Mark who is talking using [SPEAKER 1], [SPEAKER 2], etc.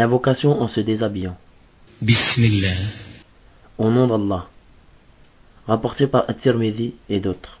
[SPEAKER 1] L'invocation en se déshabillant.
[SPEAKER 2] Bismillah.
[SPEAKER 1] Au nom d'Allah. Rapporté par At-Tirmidhi et d'autres.